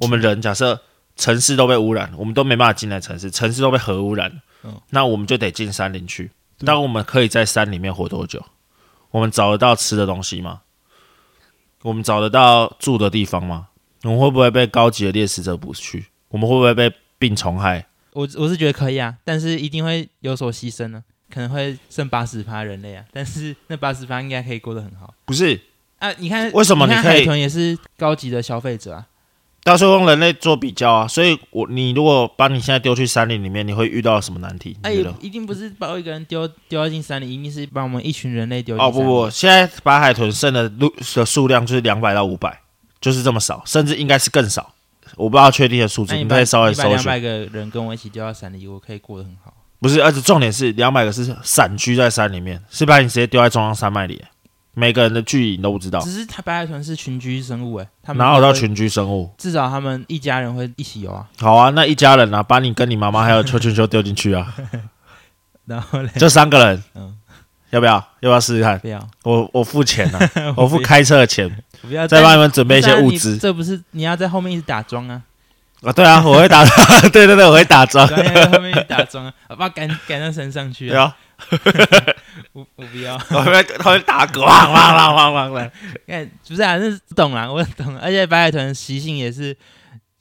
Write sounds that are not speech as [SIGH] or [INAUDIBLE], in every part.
我们人假设城市都被污染，我们都没办法进来城市，城市都被核污染，嗯那我们就得进山林去。对但我们可以在山里面活多久？我们找得到吃的东西吗？我们找得到住的地方吗？我们会不会被高级的猎食者捕去？我们会不会被病虫害？我我是觉得可以啊，但是一定会有所牺牲呢、可能会剩八十趴人类啊，但是 [LAUGHS] 那八十趴应该可以过得很好不是，啊。你看为什么你看你可以海豚也是高级的消费者啊？到时候用人类做比较啊。所以我，你如果把你现在丢去山林里面，你会遇到什么难题？哎、你觉得？一定不是把我一个人丢丢进山里，一定是把我们一群人类丢进哦山里。啊不不，现在白海豚剩的数的数量就是两百到五百，就是这么少，甚至应该是更少。我不知道确定的数字，那你你可以稍微搜两寻。百个人跟我一起丢到山里，我可以过得很好。不是，而且重点是两百个是散居在山里面，是把你直接丢在中央山脉里，每个人的距离你都不知道只，是它白海豚是群居生物、哎，他们哪有到会？群居生物？至少他们一家人会一起游啊。好啊，那一家人啊，把你跟你妈妈还有邱春秋丢进去 [LAUGHS] 啊，然后嘞，这三个人，嗯要不要？要不要试试看？不要，我我付钱啊， [LAUGHS] 我我付开车的钱，不要再帮你们准准备一些物资这不是啊你要在后面一直打桩啊，啊。对啊，我会打， [LAUGHS] 对对对，我会打桩。 [LAUGHS] 对啊，在后面一直打桩啊，把它赶赶到山上去对啊。啊，我我不要，他会他会打嗝，汪汪汪汪汪的。看不是啊，那是懂啦，我懂。而且白海豚的习性也是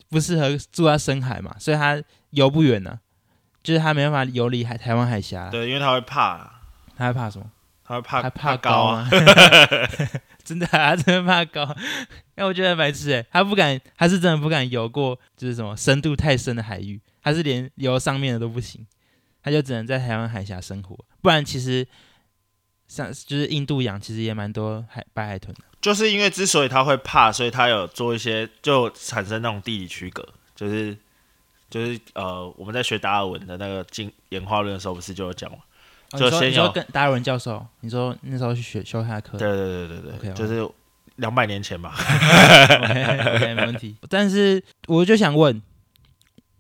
不适合住到深海嘛，所以它游不远呢、啊就是它没办法游离海台湾海峡啊。 [LAUGHS] 对，因为他会怕，它害怕什么？他会怕，它怕高啊。啊！ [LAUGHS] [LAUGHS] 真的啊，它真的怕高。那我觉得很白痴哎、它不敢，它是真的不敢游过，就是什么深度太深的海域，它是连游上面的都不行，它就只能在台湾海峡生活。不然其实像就是印度洋，其实也蛮多海白海豚的。就是因为之所以他会怕，所以他有做一些，就产生那种地理区隔，就是就是呃，我们在学达尔文的那个进演化论的时候，不是就有讲吗？哦就你说先你说有跟达尔文教授，你说那时候去学修他的课，对对对对对 OK，就是两百年前吧。 OK OK 没问题。但是我就想问，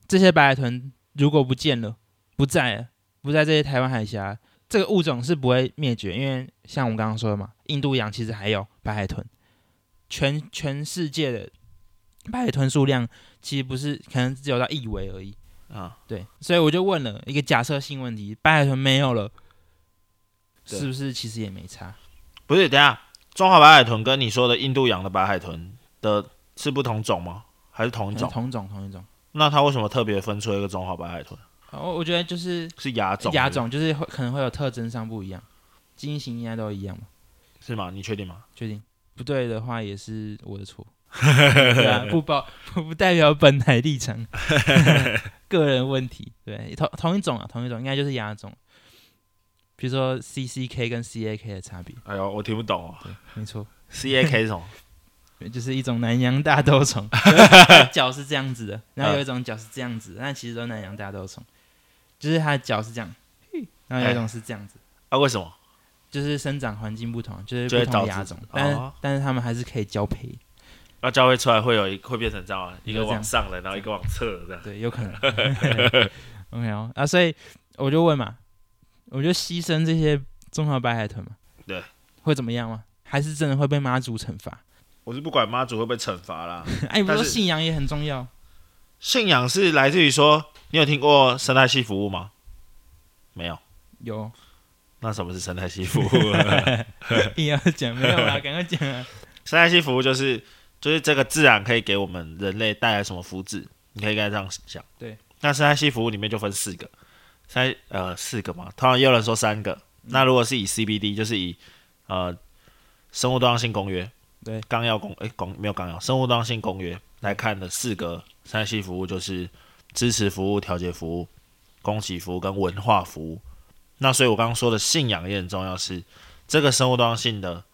这些白海豚如果不见了，不在了，不在这些台湾海峡，这个物种是不会灭绝，因为像我们刚刚说的嘛，印度洋其实还有白海豚，全全世界的白海豚数量其实不是，可能只有到一维而已。啊，对，所以我就问了一个假设性问题：白海豚没有了，对是不是其实也没差？不是，等一下，中华白海豚跟你说的印度洋的白海豚的是不同种吗？还是同一可能种？同种同一种。那它为什么特别分出一个中华白海豚？啊我我觉得就是是亚种？亚种就是会可能会有特征上不一样，基因型应该都一样嘛？是吗？你确定吗？确定不对的话也是我的 [LAUGHS] 错，对啊，不包不不代表本台立 [LAUGHS] 场，个人问题。对，同同一种啊，同一种应该就是亚种，比如说 C C K 跟 C A K 的差别，哎呦，我听不懂哦。没错， C A K 是什 [LAUGHS] 么？就是一种南洋大豆虫， [LAUGHS] 就是脚是这样子的，然后有一种脚是这样子，但其实都是南洋大豆虫，就是它的脚是这样，然后有一种是这样子。啊，为什么？就是生长环境不同，就是就会不导同的致亚种，哦但是、但是他们还是可以交配，那啊教会出来会有一会变成这样啊，一就个这样往上的，然后一个往侧的这样。对，有可能。[LAUGHS] OK [LAUGHS] 哦，啊，所以我就问嘛，我就牺牲这些中华白海豚嘛，对，会怎么样吗？还是真的会被妈祖惩罚？ [LAUGHS] 我是不管妈祖会不会惩罚啦，哎，你不是但说是信仰也很重要？信仰是来自于说，你有听过生态系服务吗？没有，有， [LAUGHS] 那什么是生态系服务？ [LAUGHS] 硬要讲没有啦，赶快讲啊！生态系服务就是就是这个自然可以给我们人类带来什么福祉，你可以应该这样想。对，那生态系服务里面就分四个，三呃四个嘛，通常也有人说三个。嗯那如果是以 CBD，就是以呃生物多样性公约，对，纲要公诶，公没有纲要，生物多样性公约来看的四个生态系服务就是支持服务、调节服务、供给服务跟文化服务。那所以我刚刚说的信仰也很重要是，这个生物多样性的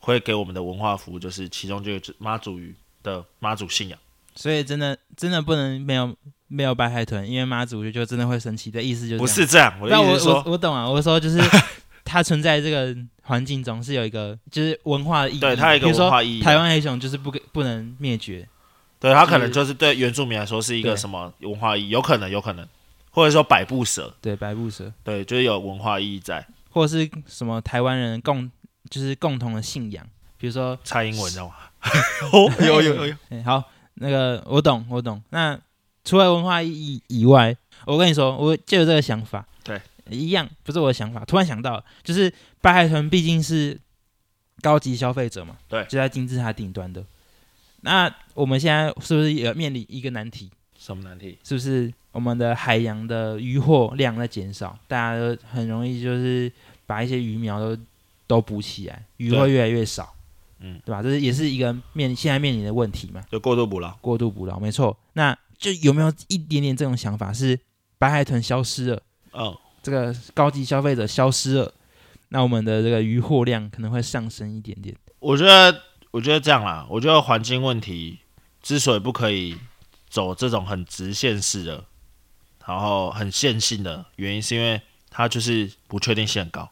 会给我们的文化服务，就是其中就有妈祖语的妈祖信仰。所以真的真的不能没有没有白海豚，因为妈祖就就真的会生气的意思就是不这是样这样，我那的意我思是说，我我懂啊，我说就是 [LAUGHS] 它存在这个环境中是有一个就是文化的意义，对它有一个比如说文化意义的啊台湾黑熊就是不给不能灭绝，对他可是能就是对原住民来说是一个对什么文化意义，有可能，有可能，或者说百步蛇，对白布蛇对，就是有文化意义在。或者是什么台湾人共就是共同的信仰，比如说 [LAUGHS] 蔡英文知道吗？有有有有，哎、好，那个我懂，我懂。那除了文化意义以外，我跟你说，我就有这个想法。对，一样不是我的想法，突然想到了，就是白海豚毕竟是高级消费者嘛，对就在金字塔顶端的。那我们现在是不是也面临一个难题？什么难题？是不是我们的海洋的渔获量在减少？大家都很容易就是把一些鱼苗都都补起来，鱼对会越来越少，嗯，对吧？这是也是一个面现在面临的问题嘛。就过度捕捞。过度捕捞，没错。那就有没有一点点这种想法，是白海豚消失了，嗯，这个高级消费者消失了，那我们的这个渔获量可能会上升一点点。我觉得，我觉得这样啦。我觉得环境问题之所以不可以走这种很直线式的，然后很线性的原因，是因为它就是不确定性很高。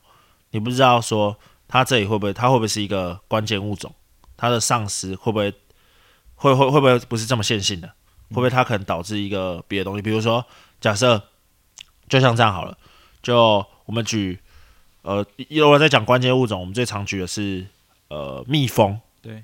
你不知道说它这里会不会，它会不会是一个关键物种，它的丧失会不会，会会会不会不是这么线性的？会不会它可能导致一个别的东西？比如说，假设就像这样好了，就我们举，呃，如果在讲关键物种，我们最常举的是呃蜜蜂。对，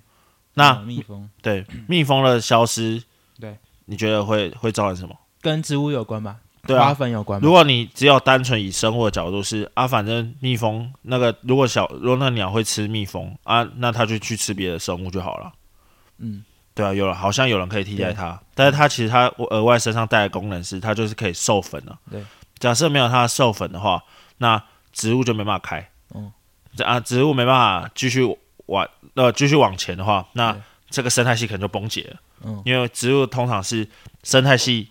那、嗯蜜蜂对蜜蜂的消失，对，你觉得会会造成什么？跟植物有关吧？对花啊，粉有关吧如？果你只有单纯以生物的角度是啊，反正蜜蜂那个如果小如果那鸟会吃蜜蜂啊，那它就去吃别的生物就好了。嗯，对啊，有了，好像有人可以替代对它，但是它其实它额外身上带的功能是它就是可以授粉啊。对，假设没有它的授粉的话，那植物就没办法开。嗯，这啊，植物没办法继续往呃继续往前的话，那对这个生态系可能就崩解了。嗯因为植物通常是生态系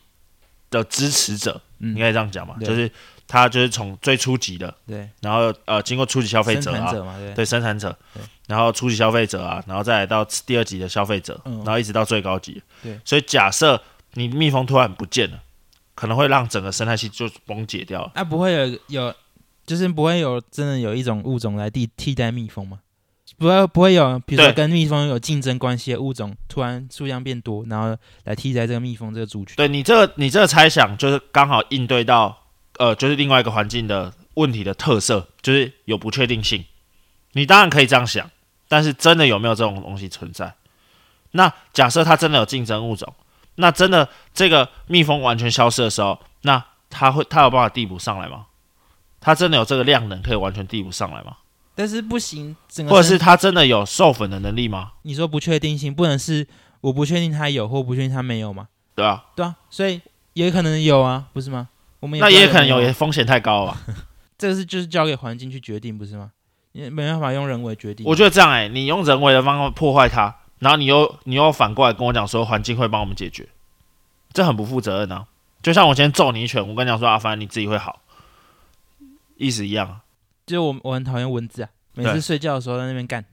的支持者，嗯应该这样讲嘛，对就是它就是从最初级的，对，然后呃经过初级消费生者产啊，者嘛，对，对生产者对，然后初级消费者啊，然后再来到第二级的消费者，嗯然后一直到最高级。对，所以假设你蜜蜂突然不见了，可能会让整个生态系就崩解掉了。那、不会有有，就是不会有真的有一种物种来替替代蜜蜂吗？不会不会有，比如说对跟蜜蜂有竞争关系的物种突然数量变多，然后来替代这个蜜蜂这个族群。对你这个你这个猜想，就是刚好应对到呃，就是另外一个环境的问题的特色，就是有不确定性。你当然可以这样想，但是真的有没有这种东西存在？那假设它真的有竞争物种，那真的这个蜜蜂完全消失的时候，那它会它有办法递补上来吗？它真的有这个量能可以完全递补上来吗？但是不行，整个或者生是它真的有啊授粉的能力吗？你说不确定性，不能是我不确定它有或不确定它没有嘛？对吧、对啊，所以也可能有啊，不是吗？我们也那不知道也可能有，啊没也，风险太高了吧？这个是就是交给环境去决定，不是吗？也没办法用人为决定。我觉得这样哎、你用人为的方法破坏它，然后你又你又反过来跟我讲说环境会帮我们解决，这很不负责任啊！就像我今天揍你一拳，我跟你讲说啊，反正你自己会好，意思一样啊。就是我我很讨厌蚊子啊，每对次睡觉的时候在那边干，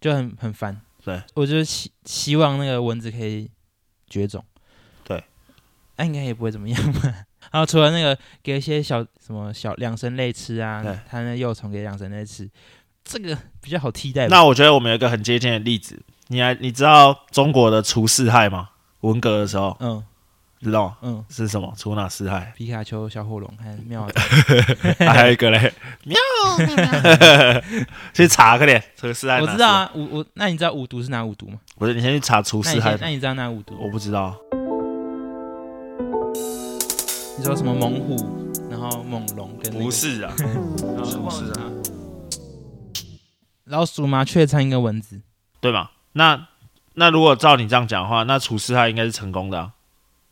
就很很烦。对，我就希希望那个蚊子可以绝种。对，那、应该也不会怎么样吧。 [LAUGHS] 然后除了那个给一些小什么小两生类吃啊对，它那幼虫给两生类吃，这个比较好替代吧。那我觉得我们有一个很接近的例子，你还你知道中国的除四害吗？文革的时候，嗯知道吗嗯，？是什么？除哪四害 [LAUGHS] 皮卡丘、小火龙还有 [LAUGHS] 妙，还有一个 [LAUGHS] 嘞，喵， [LAUGHS] 去查个点除四害。我知道，啊，五我那你知道五毒是哪五毒吗？不是你先去查除那四你害先，那，你知道哪五毒？我不知道。你说什么猛虎，然后猛龙跟、那个、不是啊，然后不是啊，老鼠、麻雀、苍蝇跟蚊子，对吧？那那如果照你这样讲的话，那除四害应该是成功的、啊。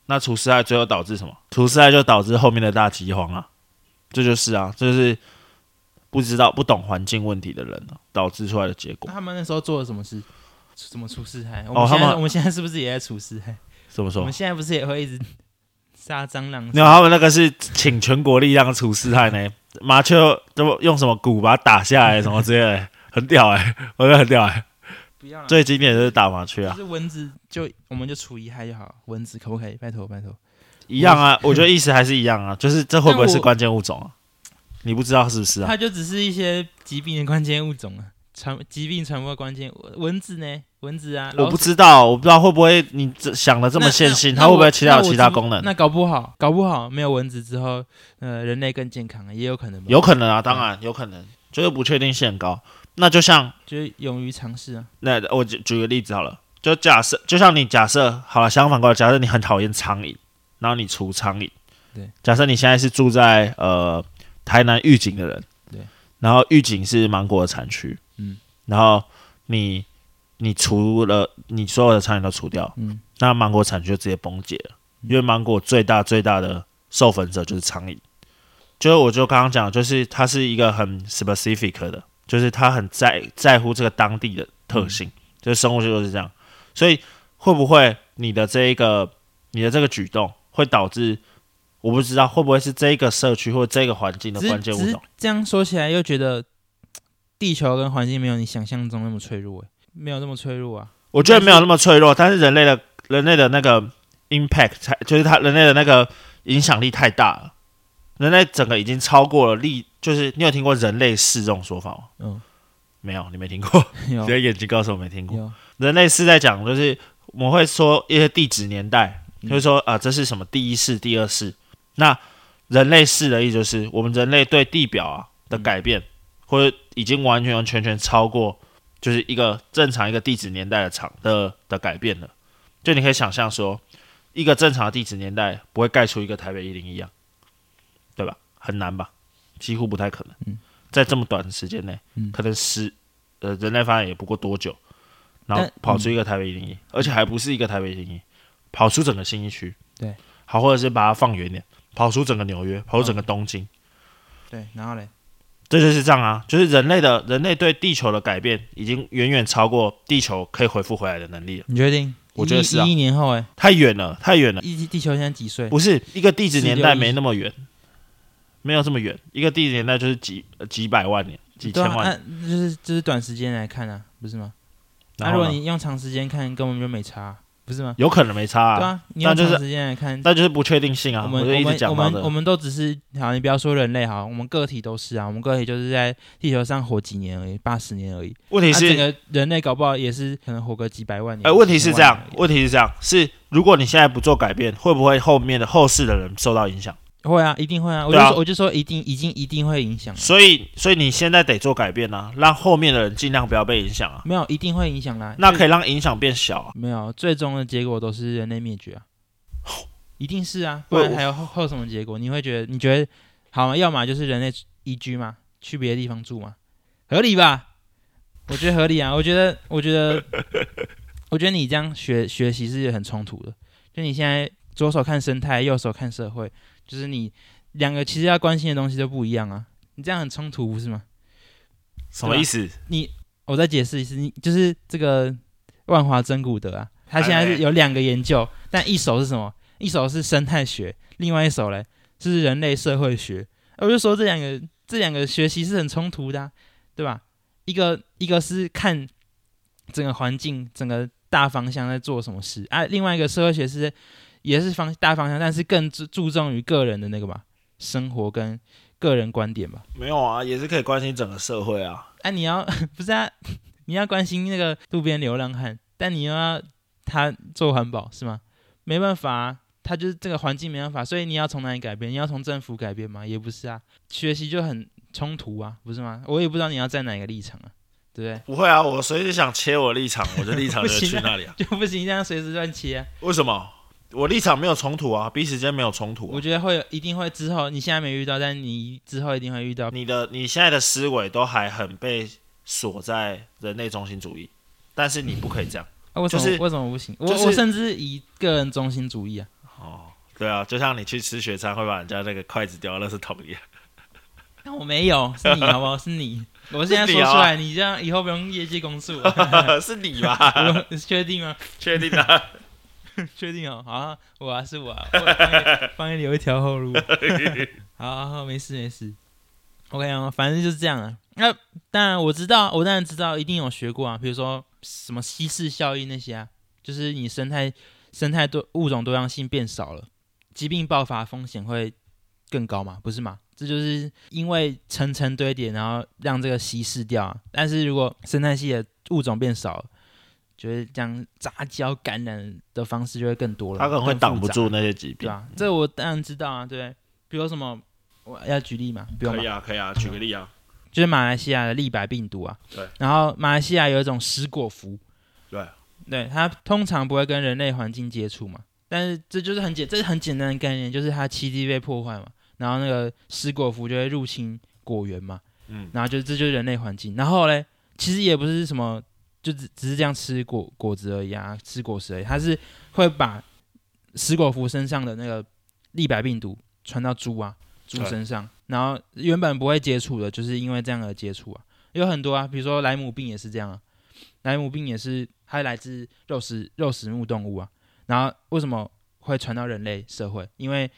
那除四害最后导致什么？除四害就导致后面的大饥荒啊！这就是啊，这就是不知道不懂环境问题的人、啊、导致出来的结果那。他们那时候做了什么事？怎么除四害？我哦们他现在、们我们现在是不是也在除四害？怎么我说们？现在不是也会一直杀蟑螂？没有，他们那个是请全国力量除四害呢，麻雀都用什么鼓把它打下来，什么之类的，很屌哎、我觉得很屌嗯哎、不要啦，最经典的就是打麻雀就啊，是蚊子就我们就除一害就好。蚊子可不可以？拜托拜托。一样啊，我觉得意思还是一样啊，就是这会不会但我是关键物种啊？你不知道是不是啊？它就只是一些疾病的关键物种啊，传疾病传播的关键蚊子呢？蚊子啊，我老不鼠知道，我不知道会不会你这想的这么那线性，那它会不那我会其他有那我其他知不功能？那搞不好，搞不好没有蚊子之后，呃，人类更健康，也有可能吧。有可能啊，当然有可能，就是不确定性很高。那就像就是勇于尝试啊。那我举举个例子好了，就假设，就像你假设好了，相反过来，假设你很讨厌苍蝇，然后你除苍蝇，对，假设你现在是住在呃台南预警的人，对，然后预警是芒果的产区，嗯，然后你你除了你所有的苍蝇都除掉，嗯，那芒果产区就直接崩解了，因为芒果最大最大的授粉者就是苍蝇，就是我就刚刚讲，就是它是一个很 specific 的，就是它很在在乎这个当地的嗯特性，就是生物就是这样。所以会不会你的这一个你的这个举动会导致我不知道会不会是这一个社区或这个环境的只是关键只物是种？这样说起来，又觉得嘖地球跟环境没有你想象中那么脆弱、欸，没有那么脆弱啊。 [LAUGHS] 我觉得没有那么脆弱，但是人类的人类的那个 impact 才就是它人类的那个影响力太大了，人类整个已经超过了力，就是你有听过人类世这种说法吗？嗯，没有，你没听过，有你的眼睛告诉我没听过。有，人类是在讲，就是我们会说一些地质年代，嗯就是说啊，这是什么第一世、第二世。那人类世的意思就是，我们人类对地表啊的改变，或者已经完完全全超过，就是一个正常一个地质年代的长的的改变了。就你可以想象说，一个正常的地质年代不会盖出一个台北一零一啊，对吧？很难吧？几乎不太可能。嗯在这么短的时间内，嗯可能十呃人类发展也不过多久，然后但嗯跑出一个台北一零一，而且还不是一个台北一零一，跑出整个新一区。对，好，或者是把它放远一点，跑出整个纽约，跑出整哦个东京。对，然后嘞，这就是这样啊，就是人类的人类对地球的改变已经远远超过地球可以恢复回来的能力了，你确定？我觉得是啊一一年后、欸，哎，太远了，太远了。一地球现在几岁？不是一个地质年代16没那么远，没有这么远，一个地质年代就是几呃几百万年、几对千啊，万年。那就是就是短时间来看啊，不是吗？那、然如后果呢你用长时间看，根本就没差啊、不是吗？有可能没差对啊，啊，你用那就是长时间来看，那就是不确定性啊。我我们就一我直们讲我到们我的，们都只是好，你不要说人类好，我们个体都是啊，我们个体就是在地球上活几年而已，八十年而已。问题啊整是个人类搞不好也是可能活个几百万年。哎，问题是这样几千万，年问题是这样，是如果你现在不做改变，会不会后面的后世的人受到影响？而已会啊，一定会啊。我就对啊说我就说一定已经一定会影响，所以，所以你现在得做改变啊，让后面的人尽量不要被影响啊。没有一定会影响啦。那就可以让影响变小啊。没有，最终的结果都是人类灭绝啊，一定是啊，不然还有后后什么结果？你会觉得你觉得好吗？要么就是人类移居嘛，去别的地方住嘛，合理吧？我觉得合理啊，我觉得我觉得我觉得你这样学学习是很冲突的，就你现在左手看生态，右手看社会，就是你两个其实要关心的东西都不一样啊，你这样很冲突不是吗？什么意思？我再解释一次，你就是这个万华真古德啊，他现在是有两个研究，但一手是什么？一手是生态学，另外一手嘞是人类社会学。我就说这两个这两个学习是很冲突的啊、对吧？一个一个是看整个环境、整个大方向在做什么事啊，另外一个社会学是也是方大方向，但是更注注重于个人的那个吧，生活跟个人观点吧。没有啊，也是可以关心整个社会啊。啊，你要 [LAUGHS] 不是啊，你要关心那个路边流浪汉，但你又要他做环保是吗？没办法、啊，他就是这个环境没办法，所以你要从哪里改变？你要从政府改变吗？也不是啊，学习就很冲突啊，不是吗？我也不知道你要站哪一个立场啊，对不不会啊，我随时想切我立场， [LAUGHS] 我的立场不就行啊去那里啊。对？ [LAUGHS] 就不行这样随时乱切啊、为什么？我立场没有冲突啊，彼此间没有冲突啊、我觉得会有，一定会之后，你现在没遇到，但你之后一定会遇到。你的你现在的思维都还很被锁在人类中心主义，但是你不可以这样。啊、为什么、就是为什么不行？我、就是我甚至以个人中心主义啊，哦，对啊，就像你去吃雪餐会把人家那个筷子掉到垃圾桶一 [LAUGHS] 样。但我没有，是 [LAUGHS] 你好不好？是你，我现在是说你啊出来，你这样以后不用业绩公诉了。 [LAUGHS] 是你吧？你确定吗？ [LAUGHS] 确定啊？确定哦，好啊，我啊是我啊，我帮你帮你留一条后路。好好好，没事没事。OK 啊，反正就是这样啊。那、当然我知道，我当然知道，一定有学过啊，比如说什么稀释效应那些啊，就是你生态生态多物种多样性变少了，疾病爆发风险会更高嘛，不是吗？这就是因为层层堆叠，然后让这个稀释掉、啊。但是如果生态系的物种变少了，就是这样杂交感染的方式就会更多了，他可能会更复杂挡不住那些疾对病。啊，这我当然知道啊，对，比如什么，我要举例嘛，不用可吧以，啊，可以啊，举个例啊。就是马来西亚的立白病毒啊，对，然后马来西亚有一种石果蝠，对，对，它通常不会跟人类环境接触嘛，但是这就是很简，这是很简单的概念，就是它栖地被破坏嘛，然后那个食果蝠就会入侵果园嘛，嗯，然后就这就是人类环境，然后嘞，其实也不是什么，就只只是这样吃果果子而已啊，吃果实而已，它是会把食果蝠身上的那个立白病毒传到猪啊猪身上，然后原本不会接触的，就是因为这样而接触啊，有很多啊，比如说莱姆病也是这样啊，莱姆病也是它来自肉食肉食目动物啊，然后为什么会传到人类社会？因为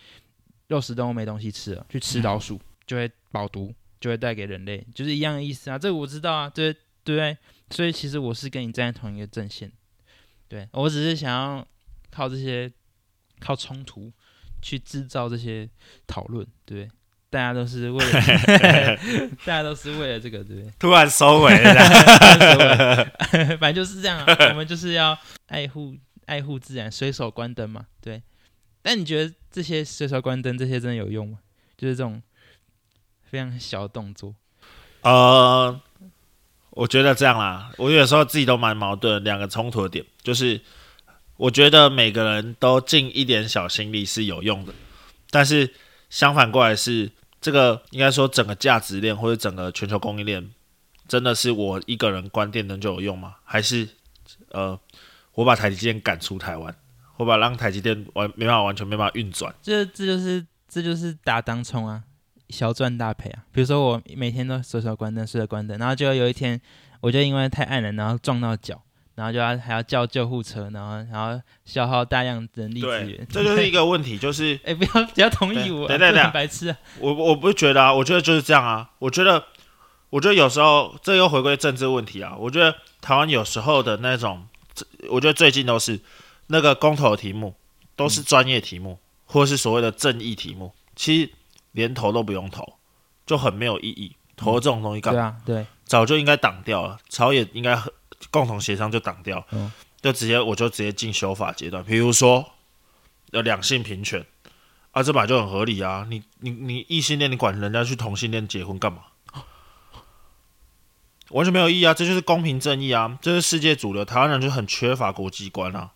肉食动物没东西吃了，去吃老鼠就会饱毒，就会带给人类，就是一样的意思啊。这个我知道啊，对对不对，所以其实我是跟你站在同一个阵线，对我只是想要靠这些靠冲突去制造这些讨论，对不对。大家都是为了，大家都是为了这个，对不对？突然收回了。 [LAUGHS] 反正就是这样啊，我们就是要爱护爱护自然，随手关灯嘛，对。但你觉得这些随手关灯这些真的有用吗？就是这种非常小的动作，呃，我觉得这样啦，我有时候自己都蛮矛盾的，两个冲突的点就是，我觉得每个人都尽一点小心力是有用的，但是相反过来是这个应该说整个价值链或者整个全球供应链，真的是我一个人关电灯就有用吗？还是呃，我把台积电赶出台湾，我把让台积电完没办法完全没办法运转？这这就是这就是打当冲啊，小赚大赔啊。比如说我每天都随手关灯，随手关灯，然后就有一天我就因为太爱了，然后撞到脚。然后就要还要叫救护车，然后然后消耗大量人力资对源，，这就是一个问题，就是 [LAUGHS] 哎、不要不要同意我啊，对对对对 [LAUGHS] 不然白痴啊！我我不觉得啊，我觉得就是这样啊。我觉得，我觉得有时候这又回归政治问题啊。我觉得台湾有时候的那种，这我觉得最近都是那个公投的题目，都是专业题目，或是所谓的正义题目，其实连投都不用投，就很没有意义。投这种东西干嘛？对啊，对，早就应该挡掉了，朝野应该和共同协商就挡掉，嗯就直接我就直接进修法阶段，比如说有两性平权啊，这本来就很合理啊，你你你异性恋你管人家去同性恋结婚干嘛？完全没有意义啊！这就是公平正义啊！这是世界主流，台湾人就很缺乏国际观啊。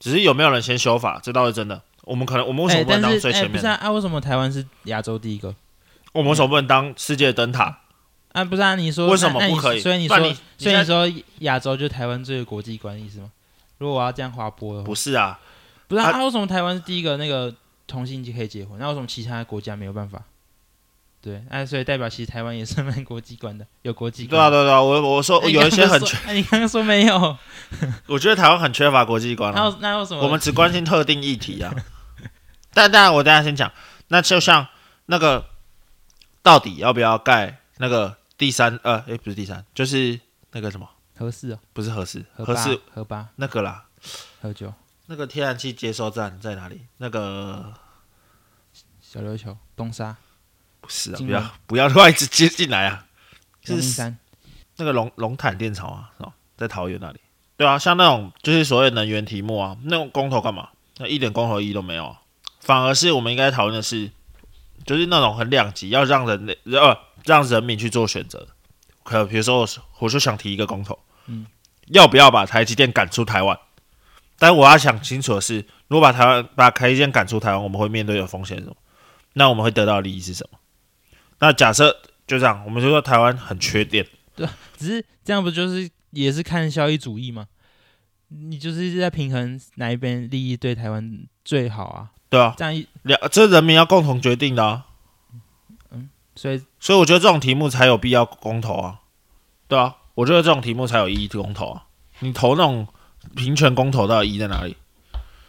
只是有没有人先修法，这倒是真的。我们可能我们为什哎，么不能但当是最哎，前不面是的？啊，啊，为什么台湾是亚洲第一个？我们为什么不能当世界的灯塔？啊，不是啊，你说为什么那那你不可以所以你不说，然你你所以现你说亚洲就是台湾最有国际观的意思吗？如果我要这样划拨的话，不是啊，不是啊，啊啊为什么台湾是第一个那个同性就可以结婚？那为什么其他国家没有办法？对，啊，所以代表其实台湾也是蛮国际观的，有国际对啊，观。对啊对啊，我我说哎有一些很你刚刚缺，说哎，你刚刚说没有，我觉得台湾很缺乏国际观、那啊，有那有什么？我们只关心特定议题啊。 [LAUGHS] 但当然，我等一下先讲，那就像那个到底要不要盖那个第三呃，诶，不是第三，就是那个什么，合适哦，不是合适，合合八适合八那个啦，合九那个天然气接收站在哪里？那个小琉球东沙不是啊，金不门要不要乱一直接进来啊，是阳明山那个龙龙潭电厂啊，是吧？在桃园那里。对啊，像那种就是所谓能源题目啊，那种公投干嘛？那一点公投意义都没有、啊，反而是我们应该讨论的是，就是那种很两极，要让人类呃让人民去做选择。可比如说我是，我就想提一个公投，嗯，要不要把台积电赶出台湾？但我要想清楚的是，如果把台湾把台积电赶出台湾，我们会面对的风险是什么？那我们会得到的利益是什么？那假设就这样，我们就说台湾很缺电。只是这样不就是也是看效益主义吗？你就是一直在平衡哪一边利益对台湾最好啊？对啊，这样一，两这人民要共同决定的、啊，所以所以我觉得这种题目才有必要公投啊，对啊，我觉得这种题目才有意义公投啊。你投那种平权公投，到底意义在哪里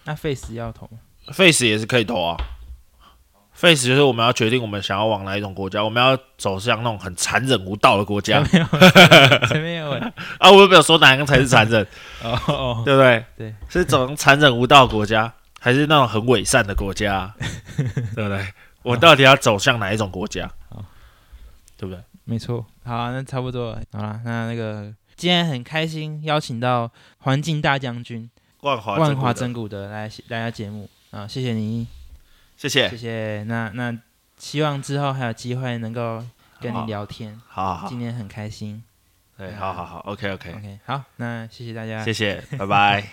那 face 要投吗？Face 也是可以投啊，Face 就是我们要决定我们想要往哪一种国家，我们要走向那种很残忍无道的国家没有，前面 [LAUGHS] 有欸啊！我又没有说哪个才是残 [LAUGHS] 忍，哦哦，对不对？对，是走向残忍无道的国家，还是那种很伪善的国家，对不对？我到底要走向哪一种国家好？对不对？没错。好啊、那差不多了好啦，那那个今天很开心邀请到环境大将军万华万华真。真古德来来到节目啊，谢谢你，谢谢谢，谢。那那希望之后还有机会能够跟你好聊天，好好好哎今天很开心。对，好好好，OK OK， OK，好，那谢谢大家，谢谢，拜拜。